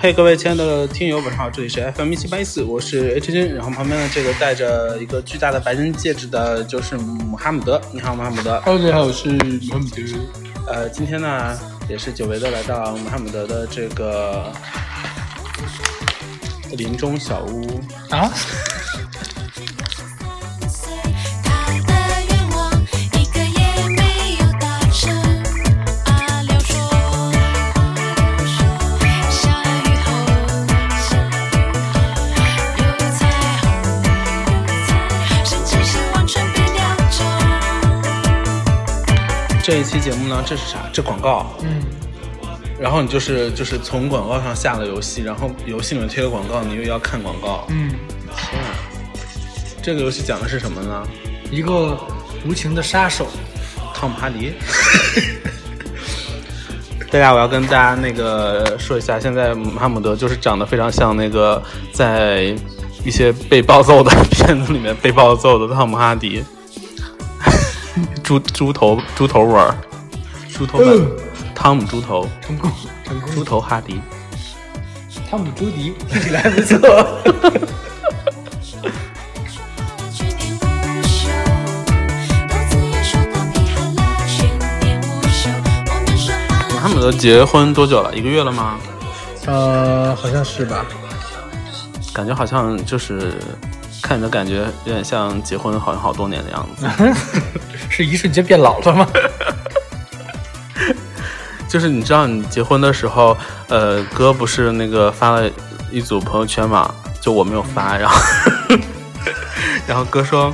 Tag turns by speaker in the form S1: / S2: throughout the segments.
S1: 嘿、各位亲爱的听友，晚上好，这里是 FM 七八一四，我是 H 君，然后旁边的这个戴着一个巨大的白金戒指的就是姆哈姆德，你好，姆哈姆德。
S2: Hello，大家好，我是姆哈姆德。
S1: 呃，今天呢也是久违的来到姆哈姆德的这个林中小屋，
S2: 啊？
S3: 他的愿望一个也没有达成。阿廖说，下雨后有彩虹，甚至是完全被撩中。
S1: 这一期节目呢，这是啥？这广告。
S2: 嗯，
S1: 然后你就是就是从广告上下了游戏，然后游戏里面贴了广告，你又要看广告。
S2: 嗯，
S1: 天啊！这个游戏讲的是什么呢？
S2: 一个无情的杀手。
S1: 汤姆哈迪。 大家，我要跟大家那个说一下，现在姆哈姆德就是长得非常像那个在一些被暴揍的片子里面被暴揍的汤姆哈迪，猪猪头猪头腕儿，猪头板、
S2: 嗯
S1: 汤姆猪头
S2: 成功，成功。
S1: 猪头哈迪。
S2: 汤姆·朱迪听起来还不错。
S3: 去年无休，多次要说到皮海了，全年无休。我们说好
S1: 姆哈姆德结婚多久了？一个月了吗？
S2: 呃，好像是吧。
S1: 感觉好像就是看你的感觉，有点像结婚好像好多年的样子。
S2: 是一瞬间变老了吗？
S1: 就是你知道，你结婚的时候，呃，哥不是那个发了一组朋友圈嘛，就我没有发，然后， 然后哥说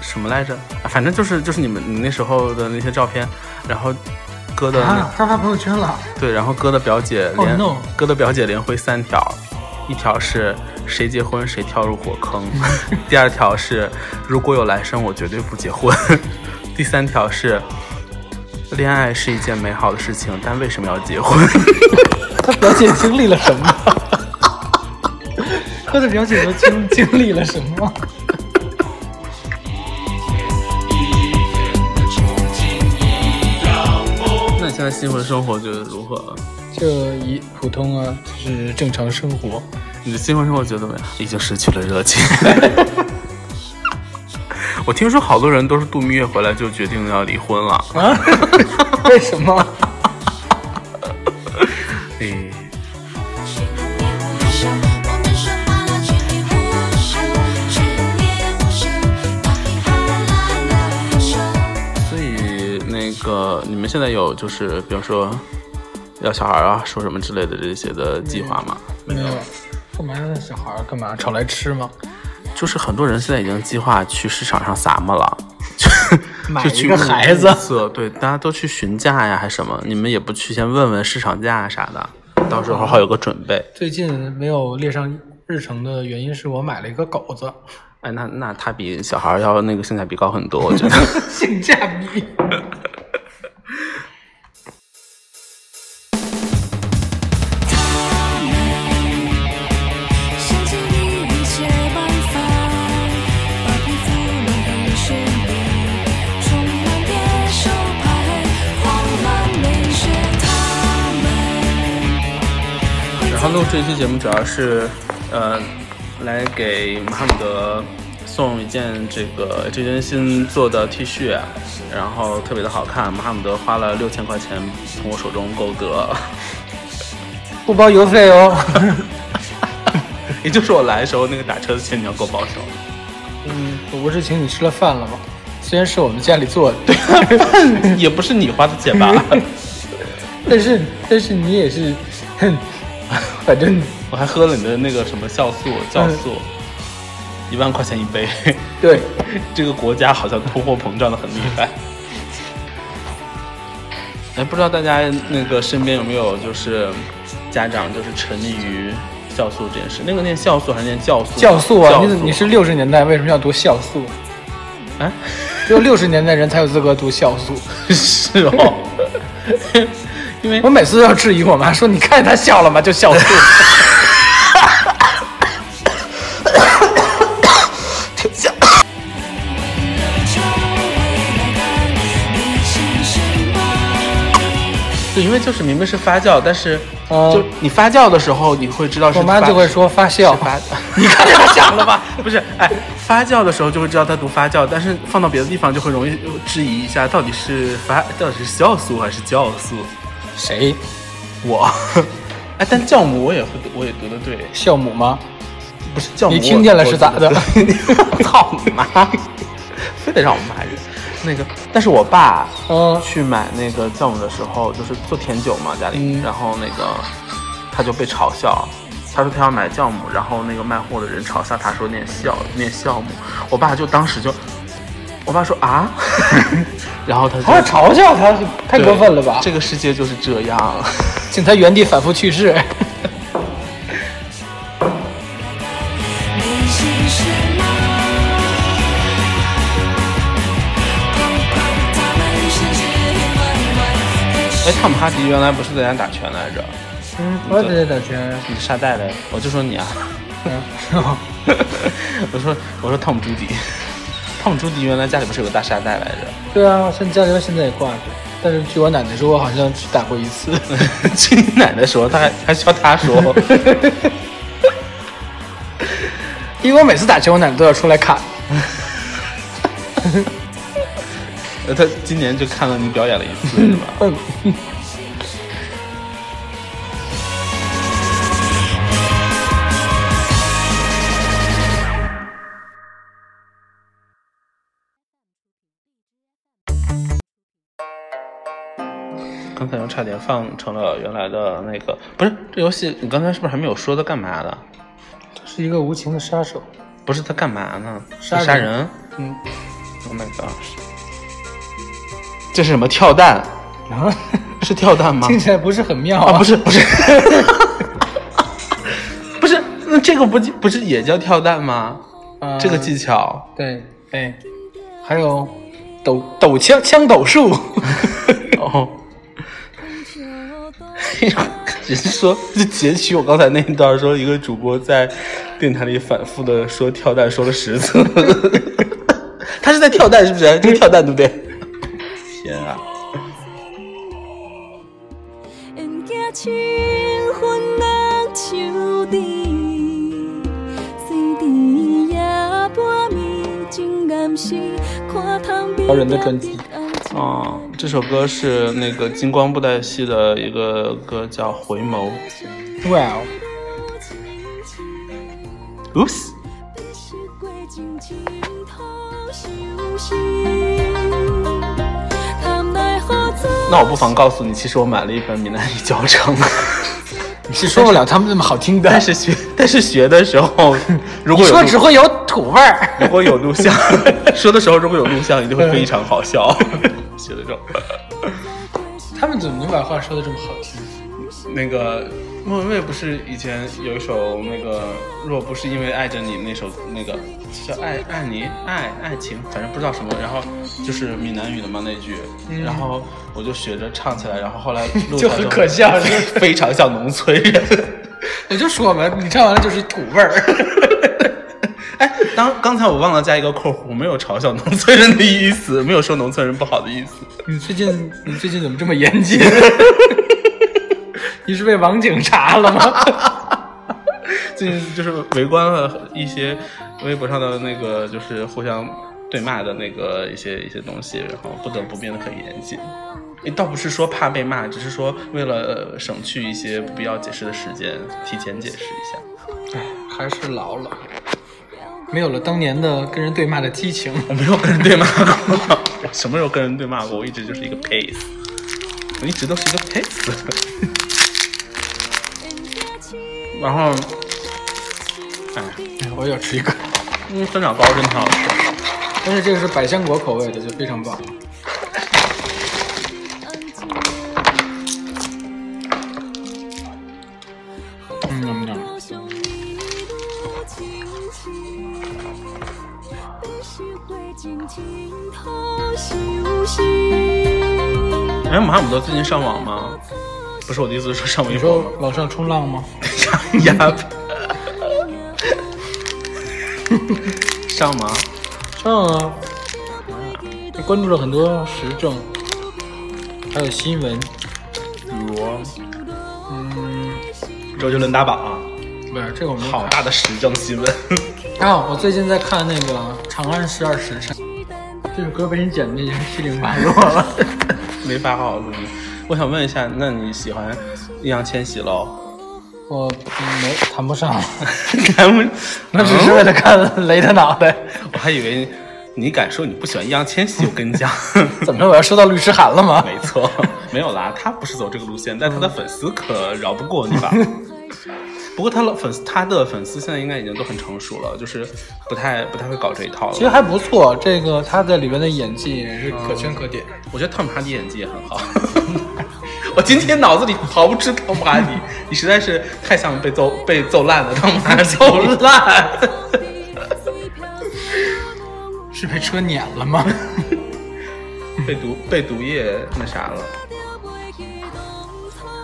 S1: 什么来着？啊反正就是就是你们你那时候的那些照片，然后哥的、
S2: 啊，他发朋友圈了。
S1: 对，然后哥的表姐连、
S2: Oh, no
S1: 哥的表姐连回三条，一条是谁结婚谁跳入火坑， 第二条是如果有来生我绝对不结婚， 第三条是恋爱是一件美好的事情，但为什么要结婚？
S2: 他表姐经历了什 么？他的表姐都经经历了什么？
S1: 那你现在新婚生活觉得如何？
S2: 就一普通啊，就是正常生活。
S1: 你的新婚生活觉得怎么样？已经失去了热情。 我听说好多人都是度蜜月回来就决定要离婚了。
S2: 啊？为什么？
S1: 哎，
S3: 休，我们说好了全年无休，全年无休，到皮海了休。
S1: 所以那个你们现在有就是比如说要小孩啊，说什么之类的这些的计划吗？
S2: 没有。干嘛让小孩儿干嘛炒来吃吗？
S1: 就是很多人现在已经计划去市场上撒嘛 了，就
S2: 买
S1: 就
S2: 一
S1: 去
S2: 个
S1: 物
S2: 孩子
S1: 物色对，大家都去询价呀，还什么？你们也不去先问问市场价啊啥的，到时候好有个准备。
S2: 最近没有列上日程的原因是我买了一个狗子，
S1: 哎，那那他比小孩要那个性价比高很多，我觉得。
S2: 性价比。
S3: 想尽一切办法，把皮肤弄黑绚丽，充满野兽派，狂乱美学，他们会
S1: 然后录这期节目主要是，呃，来给马哈姆德送一件这个这件新做的 T 恤，啊然后特别的好看。马哈姆德花了六千块钱从我手中购得，
S2: 不包邮费哦。
S1: 也就是我来的时候那个打车的钱你要给我报销。
S2: 嗯，我不是请你吃了饭了吗？虽然是我们家里 做的，
S1: 也不是你花的钱吧？
S2: 但是但是你也是，哼，反正
S1: 我还喝了你的那个什么酵素，酵素，一万块钱一杯。
S2: 对，
S1: 这个国家好像通货膨胀的很厉害。 哎，不知道大家那个身边有没有就是家长就是沉溺于酵素这件事？那个念酵素还是念酵素？
S2: 酵素啊，
S1: 酵
S2: 你怎你是六十年代为什么要读酵素？
S1: 哎
S2: 只有六十年代人才有资格读酵素。
S1: 是哦， 因为
S2: 我每次都要质疑我妈说：“你看他笑了吗？”就 笑素。
S3: 就未来的你想什么？
S1: 对，因为就是明明是发酵，但是
S2: 哦
S1: 就你发酵的时候，你会知道是
S2: 我妈
S1: 发
S2: 就会说 发
S1: 是
S2: 酵，
S1: 发，你看这个想了吧？不是，哎，发酵的时候就会知道它读发酵，但是放到别的地方就会容易质疑一下，到底是发到底是酵素还是酵素？
S2: 谁
S1: 我，哎，但酵母我也会读，我也读的对，
S2: 酵母吗？
S1: 不是酵母。
S2: 你听见了是咋的
S1: 我读对 操你妈！非得让我骂人。那个，但是我爸
S2: 嗯，
S1: 去买那个酵母的时候，就是做甜酒嘛，家里，
S2: 嗯
S1: 然后那个他就被嘲笑，他说他要买酵母，然后那个卖货的人嘲笑他说念酵念酵母，我爸就当时就，我爸说啊， 然后他就
S2: 好好嘲笑他，太过分了吧？
S1: 这个世界就是这样，
S2: 请他原地反复去世。
S3: 内心是吗？澎湃，他们甚至弯弯。
S1: 哎，汤姆哈迪原来不是在家打拳来着，
S2: 嗯，我也在打拳。
S1: 你沙袋嘞？我就说 你啊，
S2: 嗯，
S1: 我说我说汤姆朱迪， 汤姆朱迪原来家里不是有个大沙袋来着？
S2: 对啊，现家里面现在也挂着，但是据我奶奶说，我好像只打过一次。
S1: 去你奶奶说，他还还需要他说。
S2: 因为我每次打拳，我奶奶都要出来砍。
S1: 呃，他今年就看了你表演了一次，是吧？
S2: 嗯，
S1: 刚才又差点放成了原来的那个，不是这游戏，你刚才是不是还没有说他干嘛的？
S2: 这是一个无情的杀手。
S1: 不是他干嘛呢？
S2: 杀人
S1: 杀人
S2: 嗯，
S1: ？Oh my gosh！这是什么跳蛋？
S2: 然后
S1: 是跳蛋吗？
S2: 听起来啊不是很妙
S1: 啊，不是不是，不是，那这个不不是也叫跳蛋吗？
S2: 啊
S1: 这个技巧，
S2: 对，哎，还有抖抖枪枪抖术，
S1: 哦， 只是说，就截取我刚才那一段，说一个主播在电台里反复的说跳蛋，说了十 次。他是在跳蛋，是不是？这个跳蛋对不对？天啊！
S3: 因惊青云落秋甜，水甜夜半暝，真暗时看窗边
S2: 老人的专辑
S1: 哦，这首歌是那个金光布袋戏的一个歌，叫《回眸》。
S2: 哇哦，
S1: Oops，那我不妨告诉你，其实我买了一本《闽南语教 程》。
S2: 你是说不了他们那么好听的
S1: 但，是学，但是学的时候，如
S2: 你
S1: 果有
S2: 说
S1: 录
S2: 只会有土味儿。
S1: 如果有录像， 说的时候如果有录像，一定会非常好笑。 写的这种，
S2: 他们怎么能把话说的这么好听？
S1: 那个莫文蔚不是以前有一首那个“若不是因为爱着你”那首那个叫“爱爱你爱爱情”，反正不知道什么，然后就是闽南语的嘛那句，然后我就学着唱起来，然后后来录
S2: 嗯就很可笑 是
S1: 非非常像农村人。
S2: 我就说嘛，你唱完了就是土味儿。
S1: 哎，当刚才我忘了加一个括弧，我没有嘲笑农村人的意思，没有说农村人不好的意思。
S2: 你最近你最近怎么这么严谨？ 你是被王警察了吗？
S1: 最近就是围观了一些微博上的那个，就是互相对骂的那个一些一些东西，然后不得不变得很严谨。诶倒不是说怕被骂，只是说为了呃省去一些不必要解释的时间，提前解释一下。
S2: 哎还是老了，没有了当年的跟人对骂的激情。
S1: 我没有跟人对骂过，我什么时候跟人对骂过？我一直就是一个 pace，我一直都是一个 pace。然后，哎，
S2: 哎我要吃一个。
S1: 嗯，酸枣糕真的很好吃。
S2: 但是这个是百香果口味的，就非常棒。嗯，嗯
S1: 哎，马哈姆德最近上网吗？不是我的意思，是说上网
S2: 你
S1: 一会
S2: 说
S1: 儿
S2: 网上冲浪吗？
S1: 呀，上吗？
S2: 上啊，关注了很多时政，还有新闻。
S1: 比如如周杰伦打榜，
S2: 不是这个我没
S1: 好大的时政新闻。
S2: 看啊！我最近在看那个《长安十二时辰》，这首歌被人剪的已经七零八落了。
S1: 没法好好录音。我想问一下，那你喜欢易烊千玺喽？
S2: 我嗯没谈不 上，
S1: 咱们
S2: 那只是为了看雷的脑袋。
S1: 我还以为你敢说你不喜欢易烊千玺，我跟你讲，
S2: 怎么着？我要收到律师函了吗？
S1: 没错，没有啦，他不是走这个路线，但他的粉丝可饶不过你吧。不过他的粉丝，他的粉丝现在应该已经都很成熟了，就是不太不太会搞这一套
S2: 其实
S1: 了。
S2: 还不错，这个他在里面的演技也是可圈可点。
S1: 我觉得汤姆哈迪演技也很好。 我今天脑子里刨不出汤姆哈迪，你实在是太像被揍被揍烂了，汤姆哈迪揍烂。
S2: 是被车碾了 吗？
S1: 被毒被毒液那啥了。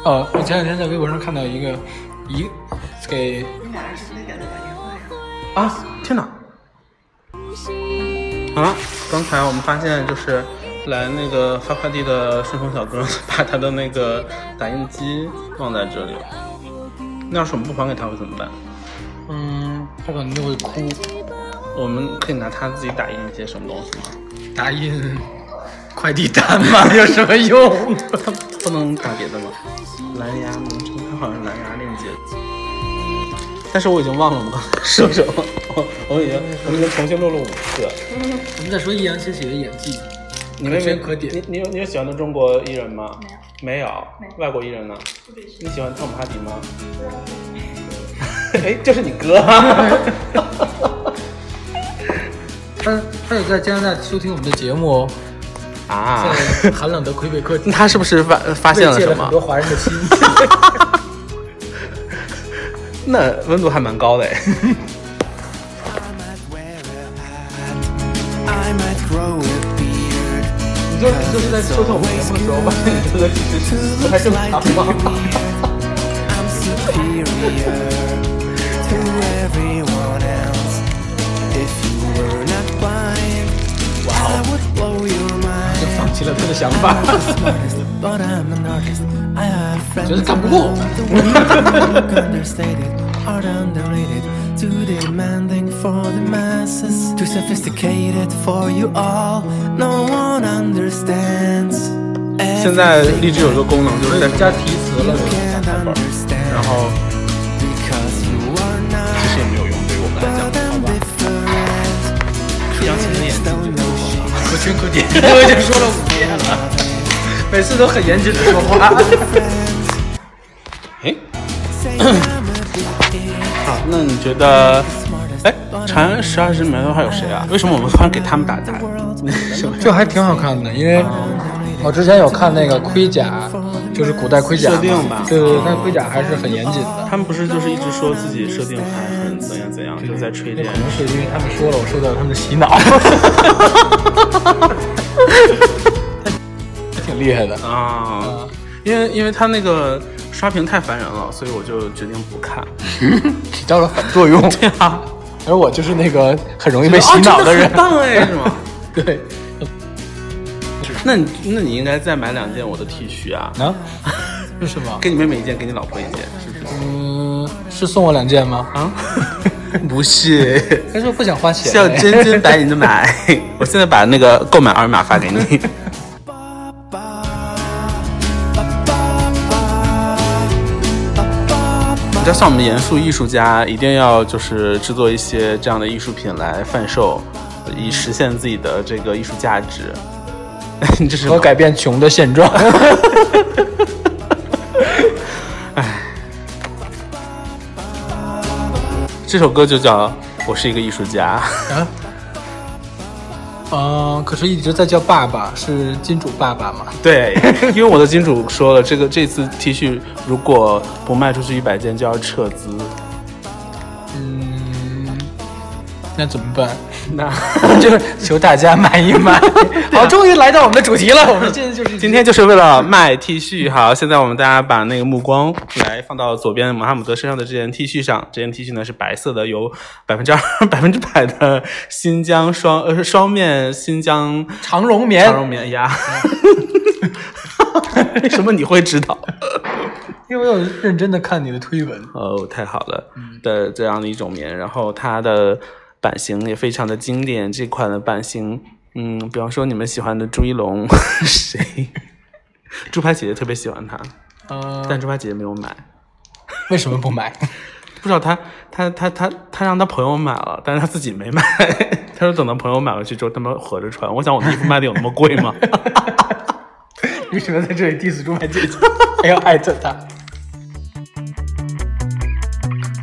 S2: 呃，我前两天在微博上看到一个一给
S1: 啊！天哪！好了，刚才我们发现就是来那个发快递的顺丰小哥 把他的那个打印机忘在这里了。那要是我们不还给他会怎么办？
S2: 嗯，他可能就会哭。
S1: 我们可以拿他自己打印一些什么东西吗？
S2: 打印快递单 嘛，有什么用？
S1: 他不能打别的吗？蓝牙名称，他好像是蓝牙链接。但是我已经忘了我们刚才说什么，我我已经我们已经重新录了五次。
S2: 我们再说易烊千玺的演技，
S1: 你们
S2: 可圈可点
S1: 你你有你有喜欢的中国艺人吗？没有。外国艺人呢？你喜欢汤姆哈迪吗？ 哎，就是你哥。
S2: 他他有在加拿大收听我们的节目哦，
S1: 啊
S2: 在寒冷的魁北 克
S4: 他是不是发发现
S2: 慰
S4: 了
S2: 藉
S4: 什
S2: 了很
S4: 么
S2: 多？华人的心。
S1: 那温度还蛮高的哎。
S5: I'm at where we're at. I might grow a beard.
S2: 你 就是你就是在收听我们节目的时候吧，你觉得其实 不
S5: Who
S2: 太
S5: looks
S2: 正
S5: like
S2: 常
S5: a
S2: 吗？
S5: weird? I'm superior to everyone else. If you were not blind, I would blow
S2: 就
S5: your mind.
S2: 放弃了他的想法
S5: I'm。not the smartest, but I'm an artist. I have friends
S2: 觉得干不过我
S5: around
S2: 们。
S5: the world. Look understated, art underrated, too demanding for the masses, too sophisticated for you all. No one understands.
S1: 现在荔枝有个功能，就是在
S2: 加题词
S5: everything
S2: 了
S5: you，can't understand
S1: 然后
S5: because you are
S1: 其
S5: not.
S1: 实也没有用，对于我们来讲，
S5: But I'm different.
S1: 易烊千玺的演技 就
S5: Critics don't know shit.
S2: 可圈可点。我已经说了五遍了，每次都很严谨的说话。
S1: 哎，
S5: Say I'm a big idiot,
S1: 好，那你觉得？
S5: smartest,
S1: 哎
S5: but，
S1: 长安十二时辰里面还有谁啊？为什么我们突然给他们打打？ 什么
S2: 这还挺好看的，因为我之前有看那个盔甲，就是古代盔甲嘛
S1: 设定吧
S2: 对对对，但盔甲还是很严谨的。
S1: 他们不是就是一直说自己设定还很怎样怎样，就在吹这
S2: 那
S1: 样
S2: 可。能是因为他们说了，我受到了他们的洗脑。 挺厉害的，
S1: 啊，因为因为他那个刷屏太烦人了，所以我就决定不看。
S2: 起到了反 作用。
S1: 对啊，
S2: 而我就是那个很容易被洗脑人
S1: 啊真。很棒哎，是吗？
S2: 对，
S1: 那你那你应该再买两件我的 T 恤啊，
S2: 啊， 是什么？
S1: 给你妹妹一件，给你老婆一件，是不是？
S2: 嗯，是送我两件吗？
S1: 啊， 不是，
S2: 他说不想花钱。
S1: 是要真真白银的买。 我现在把那个购买二维码发给你。你知道，像我们严肃艺术家，一定要就是制作一些这样的艺术品来贩售，以实现自己的这个艺术价值。 你这是
S2: 我改变穷的现状。
S1: 这首歌就叫《我是一个艺术家》。
S2: 啊？嗯，可是一直在叫爸爸，是金主爸爸吗？
S1: 对，因为我的金主说了，这个这次 T 恤如果不卖出去一百件就要撤资。
S2: 嗯，那怎么办？
S1: 那
S2: 就是求大家买一买。好，终于来到我们的主题了，我们现在就是
S1: 啊 今天就是为了卖 T 恤，好，现在我们大家把那个目光来放到左边马哈姆德身上的这件 T 恤上，这件 T 恤呢是白色的，有百分之二百分之百的新疆双呃双面新疆
S2: 哎 长绒棉
S1: 羊绒棉呀， 为什么你会知道？
S2: 因为我有认真的看你的推文，
S1: 哦，太好了的这样的一种棉，然后它的版型也非常的经典。这款的版型，嗯，比方说你们喜欢的朱一龙， 谁？猪排姐姐特别喜欢它，
S2: 嗯、
S1: 但猪排姐姐没有买，
S2: 为什么不买？
S1: 不知道她她她她她让她朋友买了，但是她自己没买。 她说等到朋友买回去之后，他们合着穿。我想我的衣服卖的有那么贵吗？
S2: 为什么在这里 diss 猪排姐姐， 还要艾特她？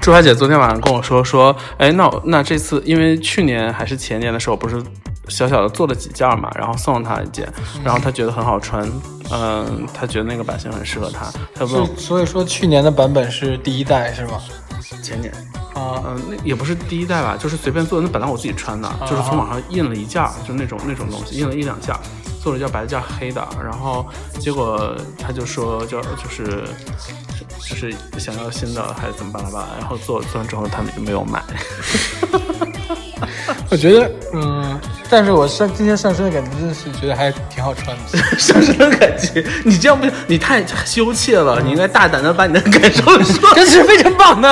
S1: 朱华姐昨天晚上跟我说说，哎，那我那这次因为去年还是前年的时候，不是小小的做了几件嘛，然后送了她一件，然后她觉得很好穿，嗯，她觉得那个版型很适合她，她问
S2: 所所以说去年的版本是第一代是吗？
S1: 前年，
S2: 啊、
S1: 嗯，那也不是第一代吧，就是随便做的，那本来我自己穿的，就是从网上印了一件儿，就那种那种东西，印了一两件儿，做了一件白的，一件黑的，然后结果他就说就就是就是想要新的还是怎么巴拉巴拉，然后做做完之后他们就没有买，
S2: 我觉得，嗯，但是我上今天上身的感觉真的是觉得还挺好穿的。
S1: 是不是很感激？你这样不行，你太羞怯了，你应该大胆的把你的感受说。
S2: 真 是非常棒的。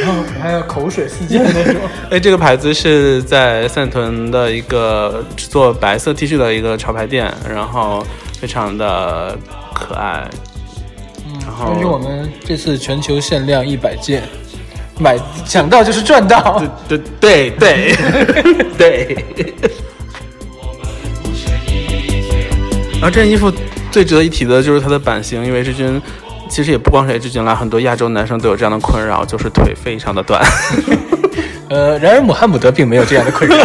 S2: 然后 还有口水四溅那 种，
S1: 哎，这个牌子是在三里屯的一个做白色 T 恤的一个潮牌店，然后非常的可爱。然后
S2: 根据我们这次全球限量一百件，买抢到就是赚 到。
S1: 对对对 对。然后这件衣服最值得一提的就是它的版型，因为这军其实也不光是 H 君啦，很多亚洲男生都有这样的困扰，就是腿非常的短。
S2: 呃，然而姆汉姆德并没有这样的 困扰。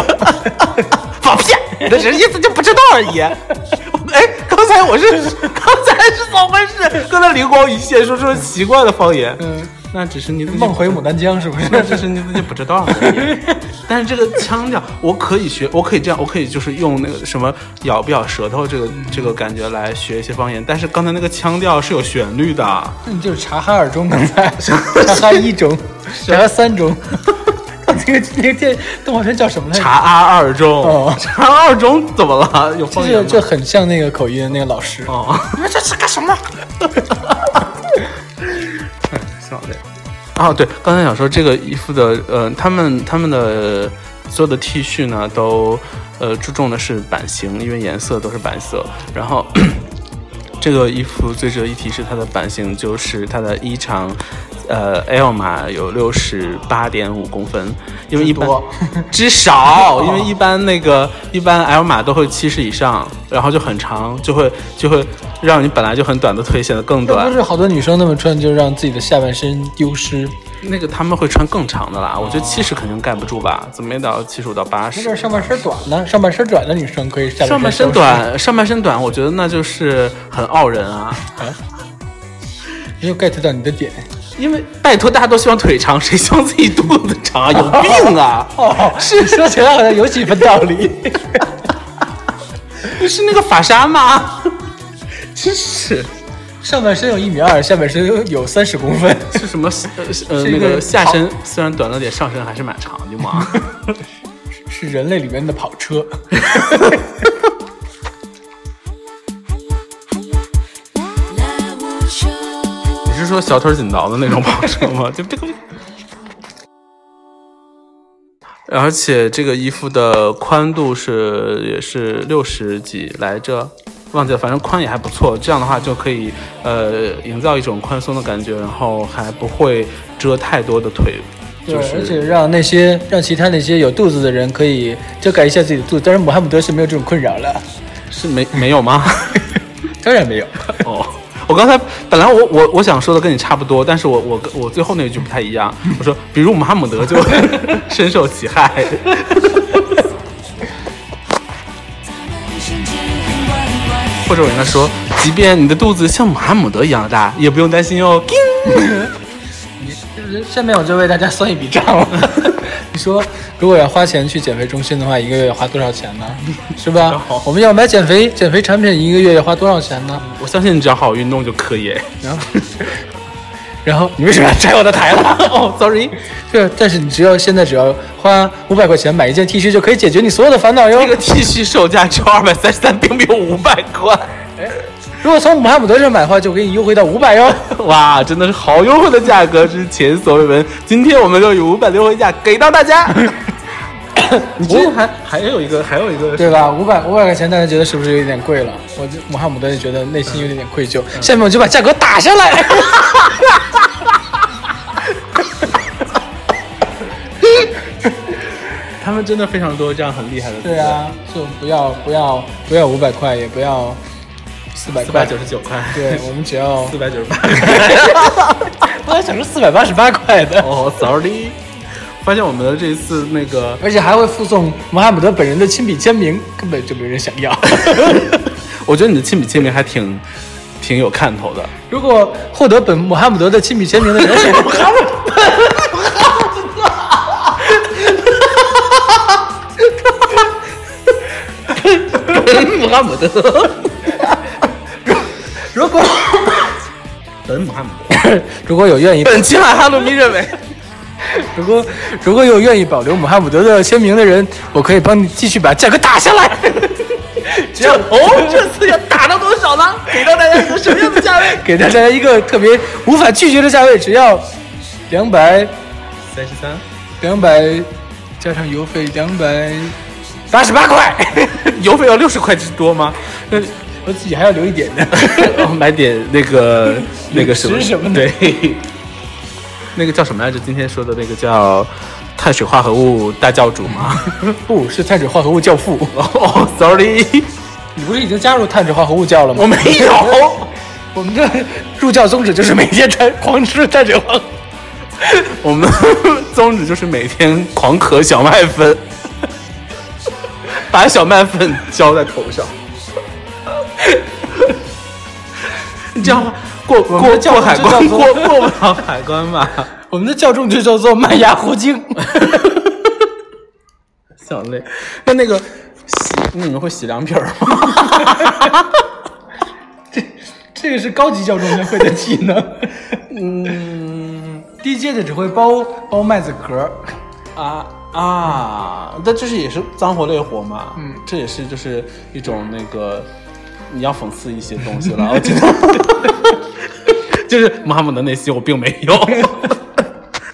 S1: 放屁！你的意思就不知道而已。哎，刚才我是，刚才是怎么回事？刚才灵光一现，说出了奇怪的方言。
S2: 嗯，
S1: 那只是你自己
S2: 梦回牡丹江是 不是？
S1: 那只是你自己不知道而已。 但是这个腔调，我可以学，我可以这样，我可以就是用那个什么咬不咬舌头这个这个感觉来学一些方言。但是刚才那个腔调是有旋律的。
S2: 那你就是察哈尔中刚 才，察哈一中，察哈三 中。那个那个电动画片叫什么来着？
S1: 查阿二中
S2: 哦，
S1: 查阿二中怎么了？有
S2: 就
S1: 方言
S2: 是
S1: 吗？
S2: 就很像那个口音的那个老师。
S1: 哦，你们这是干什么？笑的。哦，对，刚才想说这个衣服的，呃，他们他们的所有的 T 恤呢，都呃注重的是版型，因为颜色都是白色。然后这个衣服最值得一提是它的版型，就是它的衣长，呃，L 码有六十八点五公分，因为一般
S2: 多
S1: 至少，因为一般那个一般 L 码都会七十以上，然后就很长，就会就会让你本来就很短的腿显得更
S2: 那
S1: 短
S2: 不。是好多女生那么穿，就让自己的下半身丢失。
S1: 那个他们会穿更长的啦，
S2: 哦
S1: 我觉得七十肯定盖不住吧，怎么也得到七十五到八
S2: 那
S1: 十。
S2: 这上半身短呢？上半身短的女生可以下
S1: 上半身
S2: 身收拾，
S1: 短，上半身短，我觉得那就是很傲人啊！
S2: 没有 get 到你的 点。
S1: 因为拜托，大家都希望腿长，谁希望自己肚子长 啊？有病啊！
S2: 哦，是说起来好像有几分道理。
S1: 你是那个法沙吗？ 真是
S2: 上半身有一米二，下半身有有三十公分。
S1: 是什么？呃呃，
S2: 是一
S1: 那
S2: 个
S1: 个下身虽然短了点，上身还是蛮长的嘛。
S2: 是人类里面的跑车。
S3: 拉不住。
S1: 你是说小腿紧挠的那种跑车 吗？就这个。而且这个衣服的宽度是也是六十几来着，忘记了，反正宽也还不错。这样的话就可以呃营造一种宽松的感觉，然后还不会遮太多的腿。
S2: 对，
S1: 就是
S2: 而且让那些让其他那些有肚子的人可以遮盖一下自己的肚子，但是穆罕默德是没有这种困扰了，
S1: 是没没有 吗？
S2: 当然没有。
S1: 哦，我刚才本来我我我想说的跟你差不多，但是我我我最后那句不太一样，我说比如穆罕默德就深受其害。或者我跟他说，即便你的肚子像马姆德一样大，也不用担心哦。叮
S2: 就是下面我就为大家算一笔账了。 你说，如果要花钱去减肥中心的话，一个月要花多少钱呢？ 是吧？我们要买减肥减肥产品，一个月要花多少钱呢？
S1: 我相信你只要好好运动就可以。
S2: 然后， 然后你为 什么要拆我的台 了？哦，sorry。对，但是你只要现在只要花五百块钱买一件 T 恤，就可以解决你所有的烦恼哟。
S1: 这个 T 恤售价只要二百三十三，并没有五百块。
S2: 如果从马姆德这买的话，就给你优惠到五百哟。
S1: 哇，真的是好优惠的价格，真是前所未闻。今天我们就以五百的优惠价给到大家。
S4: 你这还还有一个，还有一个
S2: 对吧？五百五百块钱，大家觉得是不是有点贵了？我就穆罕默德就觉得内心有点点愧疚。下面我就把价格打下来。
S4: 他们真的非常多这样很厉害的。
S2: 对，啊，就不要不要不要五百块，也不要四百
S4: 四
S2: 块
S4: 百。九十九块，
S2: 对，我们只要
S4: 四百九十八。
S2: 我还想说四百八十八块的，
S4: 哦，sorry，发现我们的这一次那个
S2: 而且还会附送穆罕默德本人的亲笔签名，根本就没人想要。
S1: 我觉得你的亲笔签名还挺挺有看头的。
S2: 如果获得本穆罕默德的亲笔签名的人是
S1: 穆罕默德，
S2: 如果
S4: 本姆汉姆，
S2: 如果有愿意
S1: 本期哈哈鲁米认为，
S2: 如果如果有愿意保留穆罕默德的签名的人，我可以帮你继续把价格打下来。只要
S1: 哦，这次要打到多少呢？给到大家一个什么样的价位？
S2: 给大家一个特别无法拒绝的价位，只要两百
S4: 三十三，
S2: 两百加上邮费两百八十八块，
S1: 邮费要六十块之多吗？
S2: 我自己还要留一点呢。
S1: 哦买点那个那个什么
S2: 吃什么呢
S1: 对， 那个叫什么来着？今天说的那个叫碳水化合物大教主吗？
S2: 不是碳水化合物教父，
S1: 哦，sorry，
S2: 你不是已经加入碳水化合物教了吗？
S1: 我没有。
S2: 我们的入教宗旨就是每天碳狂吃碳水化合物。
S1: 我们 宗旨就是每天狂咳小麦粉， 把小麦粉浇在头上。 你这样过过
S2: 们的教
S1: 过海关，
S2: 宗就叫
S1: 过
S2: 做
S1: 过不了海关吧？
S2: 我们的教宗就叫做麦芽糊 精。
S1: 想累。那那个洗，那你们会洗凉皮儿吗？
S2: 这个是高级教宗才会的技能。嗯，低阶的只会包包麦子壳儿。
S1: 啊啊，但这是也是脏活累活嘛。
S2: 嗯
S1: 这也是就是一种那个你要讽刺一些东西 了，我觉得。 就是穆罕默德那些我并没 有，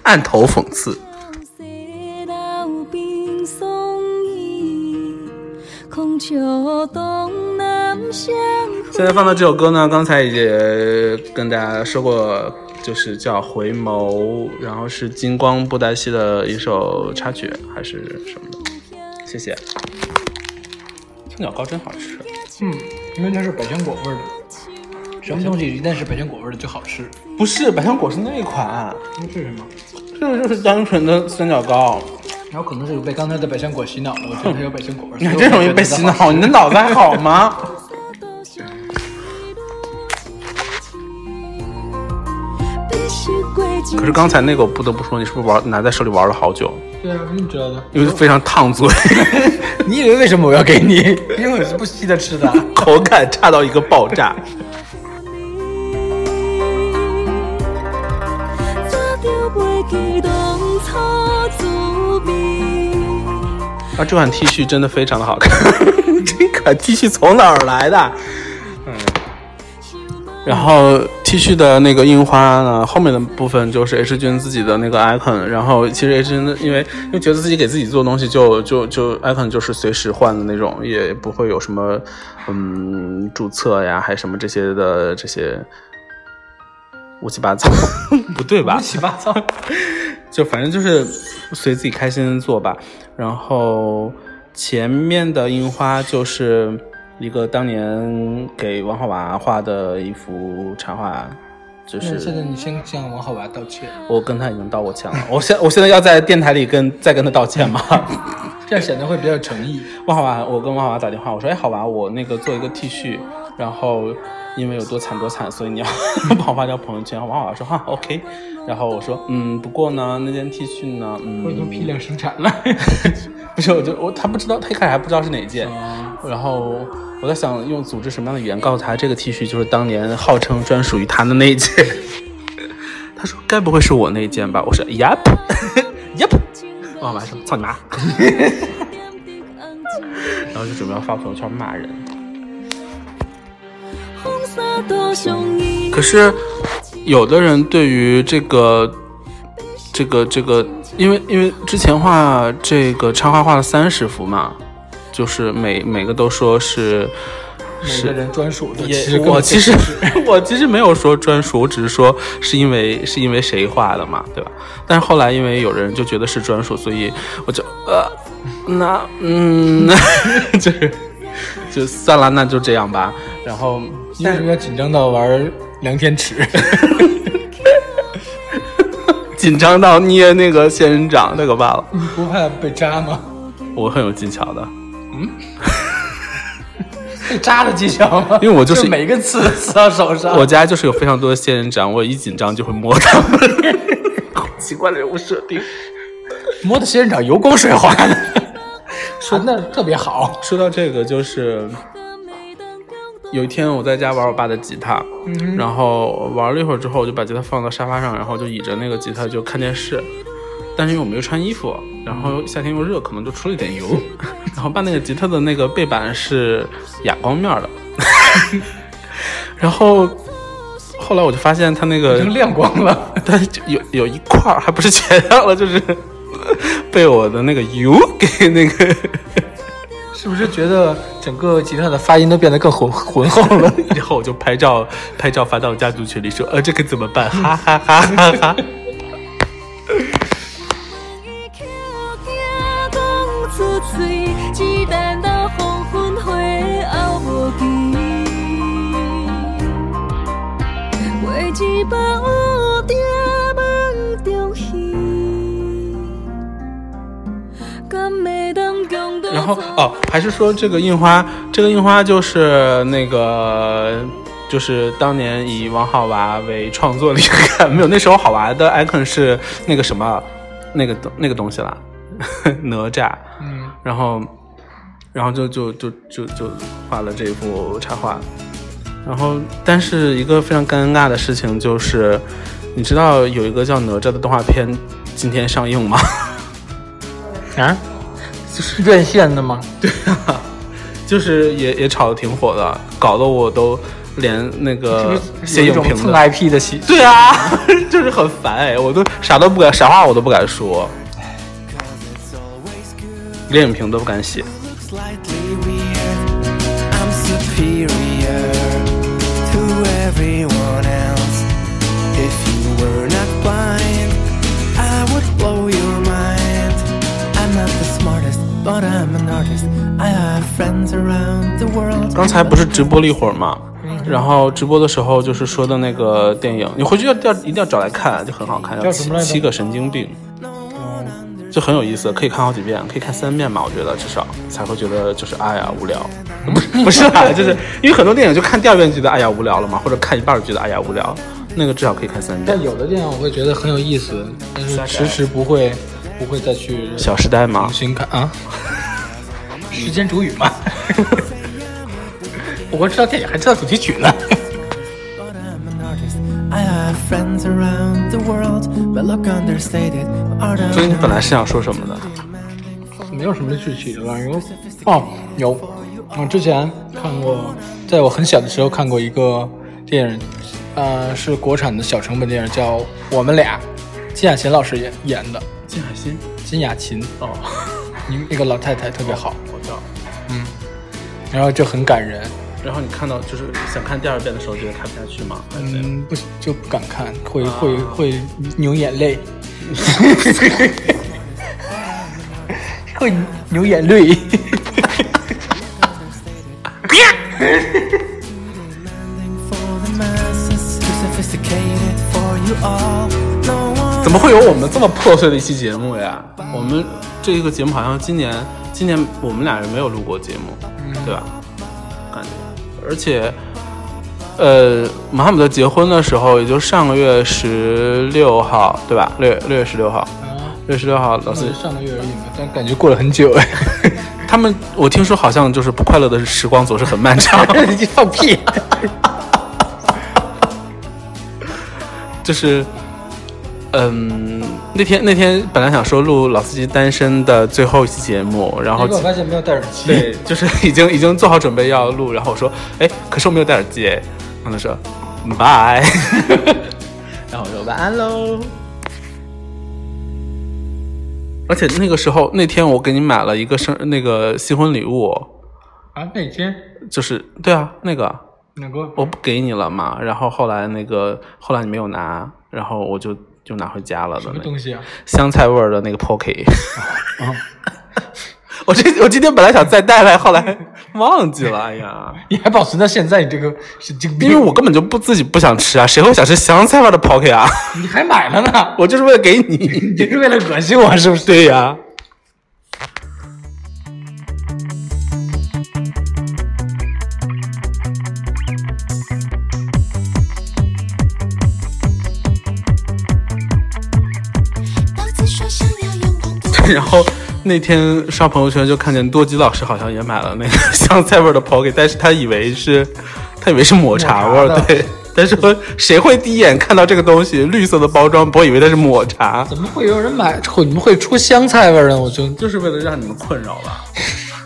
S1: 按头讽刺。
S3: 世老兵送衣，空秋东南相
S1: 现在放的这首歌呢，刚才也跟大家说过，就是叫《回眸》，然后是金光布袋戏的一首插曲，还是什么的。谢谢。葱脚糕真好吃。
S2: 嗯，因为它是百香果味儿的。什么东西一旦是百香果味儿的就好吃？
S1: 不是百香果是那一款、
S2: 那是什么？
S1: 这个就是单纯的三角糕，
S2: 然后可能是被刚才的百香果洗脑了，我觉得它有百香果味儿。
S1: 你这容易被洗脑，你的脑子还好吗？
S3: 都像一路荆棘，必须归进
S1: 可是刚才那个我不得不说，你是不是玩拿在手里玩了好 久？
S2: 对啊，你怎么知道的？
S1: 因为非常烫嘴，
S2: 你以为为什么我要给你？因为我是不稀的吃的。
S1: 口感差到一个爆炸。
S3: 早就袂记当初滋味。
S1: 啊，这款 T 恤真的非常的好看，这款 T 恤从哪儿来的？嗯，然后 T 恤的那个印花呢，后面的部分就是 H 君自己的那个 icon，然后其实 H 君的因为因为觉得自己给自己做东西就就就 icon 就是随时换的那种，也不会有什么嗯注册呀，还什么这些的这些乌七八糟， 不对吧？
S2: 乱七八糟。
S1: 就反正就是随自己开心做吧。然后前面的樱花就是一个当年给王浩娃画的一幅插画，就
S2: 那嗯现在
S1: 是
S2: 你先向王浩娃道歉，
S1: 我跟他已经道过歉了。我现我现在要在电台里跟再跟他道歉吗？
S2: 这样显得会比较有诚意。
S1: 汪好娃，我跟汪好娃打电话，我说，哎，好娃，我那个做一个 T 恤，然后因为有多惨多惨，所以你要 帮我发条朋友圈。汪好娃说，哈，OK。然后我说，嗯，不过呢，那件 T 恤呢，嗯，
S2: 我已经批量生产了。
S1: 不是，我就我他不知道，他一开始还不知道是哪件，然后我在想用组织什么样的语言告诉他，这个 T 恤就是当年号称专属于他的那一件。 他说该不会是我那一件吧？我说 哦 Yep Yep，我妈说操你妈， 然后就准备要发朋友圈骂人。
S3: 红色多雄鹰
S1: 可是有的人对于这个这个这个，因为因为之前画这个插画画了三十幅嘛，就是每每个都说是
S2: 每个
S1: 是。
S2: 人专属的。
S1: 也
S2: 其实
S1: 我其实 我其实没有说专属，我只是说是因为是因为谁画的嘛，对吧？但是后来因为有人就觉得是专属，所以我就呃，那嗯， 就是就算了，那就这样吧。然后
S2: 因为有点紧张到玩量天尺，
S1: 紧张到捏那个仙人掌，太可怕了。
S2: 不怕被扎吗？
S1: 我很有技巧的，
S2: 被扎的技巧吗？
S1: 因为我就是
S2: 每个刺刺到手上。
S1: 我家就是有非常多的仙人掌，我一紧张就会摸它们。 好奇怪的人物设定。
S2: 摸的仙人掌油光水滑的，说的特别好。
S1: 说到这个，就是有一天我在家玩我爸的吉他，然后玩了一会儿之后，我就把吉他放到沙发上，然后就倚着那个吉他就看电视。但是因为我没有穿衣服，然后夏天又热，可能就出了一点油。然后把那个吉他的那个背板是哑光面的， 然后后来我就发现它那个
S2: 已经亮光了，
S1: 但是就有有一块儿还不是全亮了，就是被我的那个油给那个
S2: 是不是觉得整个吉他的发音都变得更浑浑厚了？
S1: 然后我就拍照拍照发到家族群里说，呃，这可怎么办？哈哈哈哈哈！
S3: 出水，只等到黄昏花后无期。画一目有蝶梦中戏，敢袂当共度
S1: 然后哦， 还是说这个印花，这个印花就是那个。就是当年以王好娃为创作灵感， 没有那时候好娃的 icon 是那个什么，那个东那个东西啦， 哪吒。
S2: 嗯，
S1: 然后，然后就就就就就画了这一幅插画。然后，但是一个非常尴尬的事情就是，你知道有一个叫哪吒的动画片今天上映吗？
S2: 啊， 就是院线的吗？
S1: 就是也也炒得挺火的，搞得我都连那个写
S2: 是一
S1: 影
S2: 种
S1: 评
S2: 蹭
S1: 的，
S2: IP 的喜，
S1: 对啊， 就是很烦哎，我都啥都不敢，啥话我都不敢说，连影评都不敢写。
S5: look slightly weird. I'm superior to everyone else. If you were not blind, I would blow your mind. I'm not the smartest, but I'm an artist. I have friends around the world.
S1: 刚才不是直播了一会儿嘛，
S2: 嗯
S1: 然后直播的时候就是说的那个电影，你回去要要一定要找来看，就很好看，
S2: 叫什
S1: 七
S2: 么来着哦
S1: 七个神经病，就很有意思，可以看好几遍，可以看三遍吧，我觉得至少才会觉得就是哎呀无 聊，不是不是啦，就是因为很多电影就看第二遍觉得哎呀无聊了嘛，或者看一半儿觉得哎呀无聊，那个至少可以看三遍
S2: 但。有的电影我会觉得很有意思，但是迟迟不会不会再去
S1: 小时代嘛
S2: 重，新看啊。时间煮雨嘛， 我知道电影，还知道主题曲呢。
S5: But I'm an artist. I have friends around the world, but look understated. Art
S1: 所以你本来是想说什么的？
S2: 没有什么剧情了，有哦有，我之前看过，在我很小的时候看过一个电影，呃，是国产的小成本电影，叫《我们俩》，金雅琴老师演演的。
S1: 金海心
S2: 金雅琴，
S1: 哦，
S2: 你那个老太太特别好，
S1: 我知道。
S2: 然后就很感人，
S1: 然后你看到就是想看第二遍的时候觉得看不下去吗？还是怎样
S2: 嗯，不就不敢看，会会会流眼泪， 会流眼泪。
S5: for the masses, too sophisticated for you all. No one.
S1: 怎么会有我们这么破碎的一期节目呀？我们这一个节目好像今年，今年我们俩人没有录过节目，
S2: 嗯
S1: 对吧？感觉，而且，呃，马哈姆德结婚的时候，也就上个月十六号，对吧？六月六月十六号，六月十六号，老
S2: 那
S1: 师
S2: 就 上个月而已嘛，但感觉过了很久 哎。
S1: 他们，我听说好像就是不快乐的时光总是很漫 长，
S2: 你放屁！
S1: 就是嗯，那天那天本来想说录老司机单身的最后一期节目，然后
S2: 结果发现没有戴耳机。
S1: 对，就是已经已经做好准备要录，然后我说，哎，可是我没有戴耳机，哎，然后他说，嗯拜， 然后我说晚安喽。而且那个时候，那天我给你买了一个生那个新婚礼物，
S2: 啊，那天
S1: 就是对啊，那个
S2: 哪个？
S1: 我不给你了嘛，然后后来那个后来你没有拿，然后我就就拿回家了的
S2: 什么
S1: 那个
S2: 东西啊？
S1: 香菜味儿的那个 Pocky。
S2: 啊，
S1: 我这我今天本来想再带来，后来忘记了，哎呀，
S2: 你还保存到现在？你这个神经
S1: 因为
S2: 病！
S1: 我根本就不自己不想吃啊，谁会想吃香菜味的 Pocky 啊？
S2: 你还买了呢？
S1: 我就是为了给 你。
S2: 你是为了恶心我是不是？
S1: 对呀、
S3: 刀子说想要用光的
S1: 然后那天刷朋友圈就看见多吉老师好像也买了那个香菜味儿的 Pocky，但是他以为是，他以为是抹茶味
S2: 抹
S1: 儿
S2: 茶的，
S1: 对。但是说谁会第一眼看到这个东西绿色的包装，不会以为它是抹茶？
S2: 怎么会有人买？怎么会出香菜味儿呢？我就
S1: 就是为了让你们困扰吧，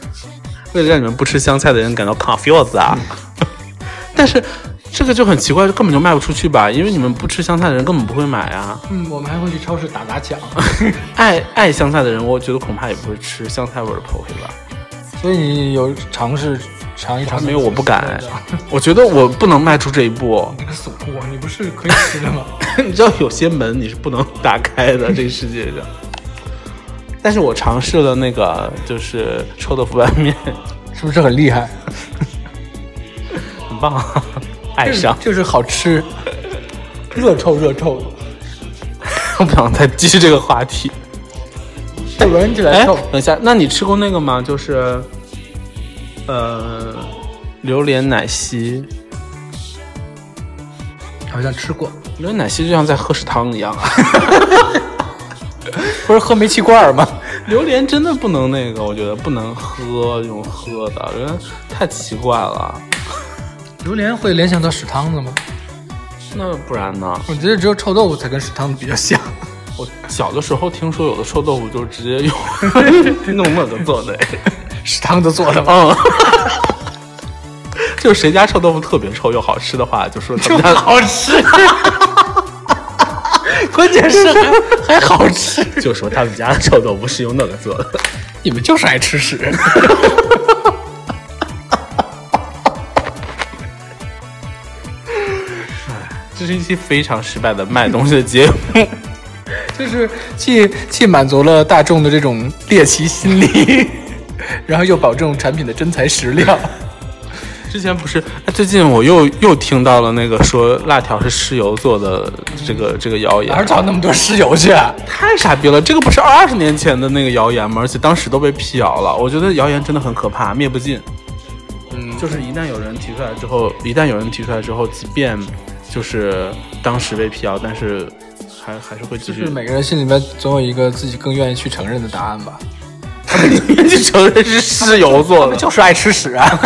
S1: 为了让你们不吃香菜的人感到 confused 啊。 但是这个就很奇怪，根本就卖不出去吧，因为你们不吃香菜的人根本不会买啊。
S2: 嗯，我们还会去超市打砸抢，
S1: 爱爱香菜的人，我觉得恐怕也不会吃香菜味儿的 POK 吧。
S2: 所以你有尝试尝一尝
S1: 没有，我不敢， 我觉得我不能迈出这一步。
S2: 你个怂货，你不是可以吃的 吗？
S1: 你知道有些门你是不能打开的，这个世界上。但是我尝试了那个就是臭豆腐拌面，
S2: 是不是很厉害？
S1: 很棒，啊
S2: 哎
S1: 爱上。
S2: 就是好吃，热臭热臭的，
S1: 我不想再继续这个话题。
S2: 就闻起来
S1: 哎
S2: 臭。，
S1: 等一下，那你吃过那个吗？就是，呃，榴莲奶昔。
S2: 好像吃过，
S1: 榴莲奶昔就像在喝食堂一样啊！
S2: 不是喝煤气罐儿吗？
S1: 榴莲真的不能那个，我觉得不能喝用喝的，榴莲太奇怪了。
S2: 榴莲会联想到屎汤子吗？
S1: 那不然呢？
S2: 我觉得只有臭豆腐才跟屎汤子比较像。
S1: 我小的时候听说有的臭豆腐就是直接用 弄那个做的，
S2: 屎汤子做的吗？
S1: 嗯，就是谁家臭豆腐特别臭又好吃的话，就说他们家
S2: 好吃， 关键是还还好吃。
S1: 就说他们家的臭豆腐是用那个做的。
S2: 你们就是爱吃屎。
S1: 这是一期非常失败的卖东西的节目。
S2: 就是既既满足了大众的这种猎奇心理， 然后又保证产品的真材实 料。
S1: 之前不是，哎最近我又又听到了那个说辣条是尸油做的这个这个谣
S2: 哪儿
S1: 言，
S2: 找那么多尸油去啊？
S1: 太傻逼了！这个不是二十年前的那个谣言吗？而且当时都被辟谣了。我觉得谣言真的很可怕，灭不尽。
S2: 嗯，
S1: 就是一旦有人提出来之后，一旦有人提出来之后，即便就是当时被辟谣，但是还还是会继
S2: 就
S1: 续
S2: 是。每个人心里面总有一个自己更愿意去承认的答案吧。
S1: 就承认是尸油做的，
S2: 就是爱吃屎啊！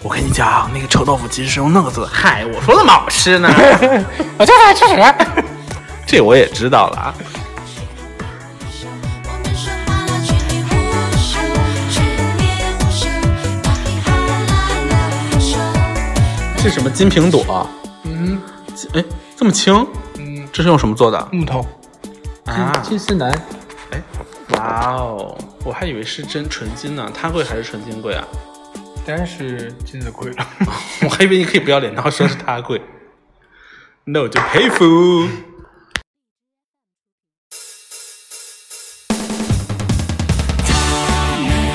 S1: 我跟你讲，那个臭豆腐其实是用那个做的。嗨，我说怎么好吃呢？
S2: 我就是爱吃屎。
S1: 这我也知道了啊。
S3: 我们说好了全力呼声，全力呼声，答应好了喊了喊声，
S1: 这什么金苹果？
S2: 嗯
S1: 金哎，这么轻？
S2: 嗯，
S1: 这是用什么做的？
S2: 木头
S1: 啊
S2: 嗯金丝楠，
S1: 哇哦，我还以为是真纯金呢，它贵还是纯金贵啊？
S2: 当然是金子贵了。
S1: 我还以为你可以不要脸，然后说是它贵，那我就佩服。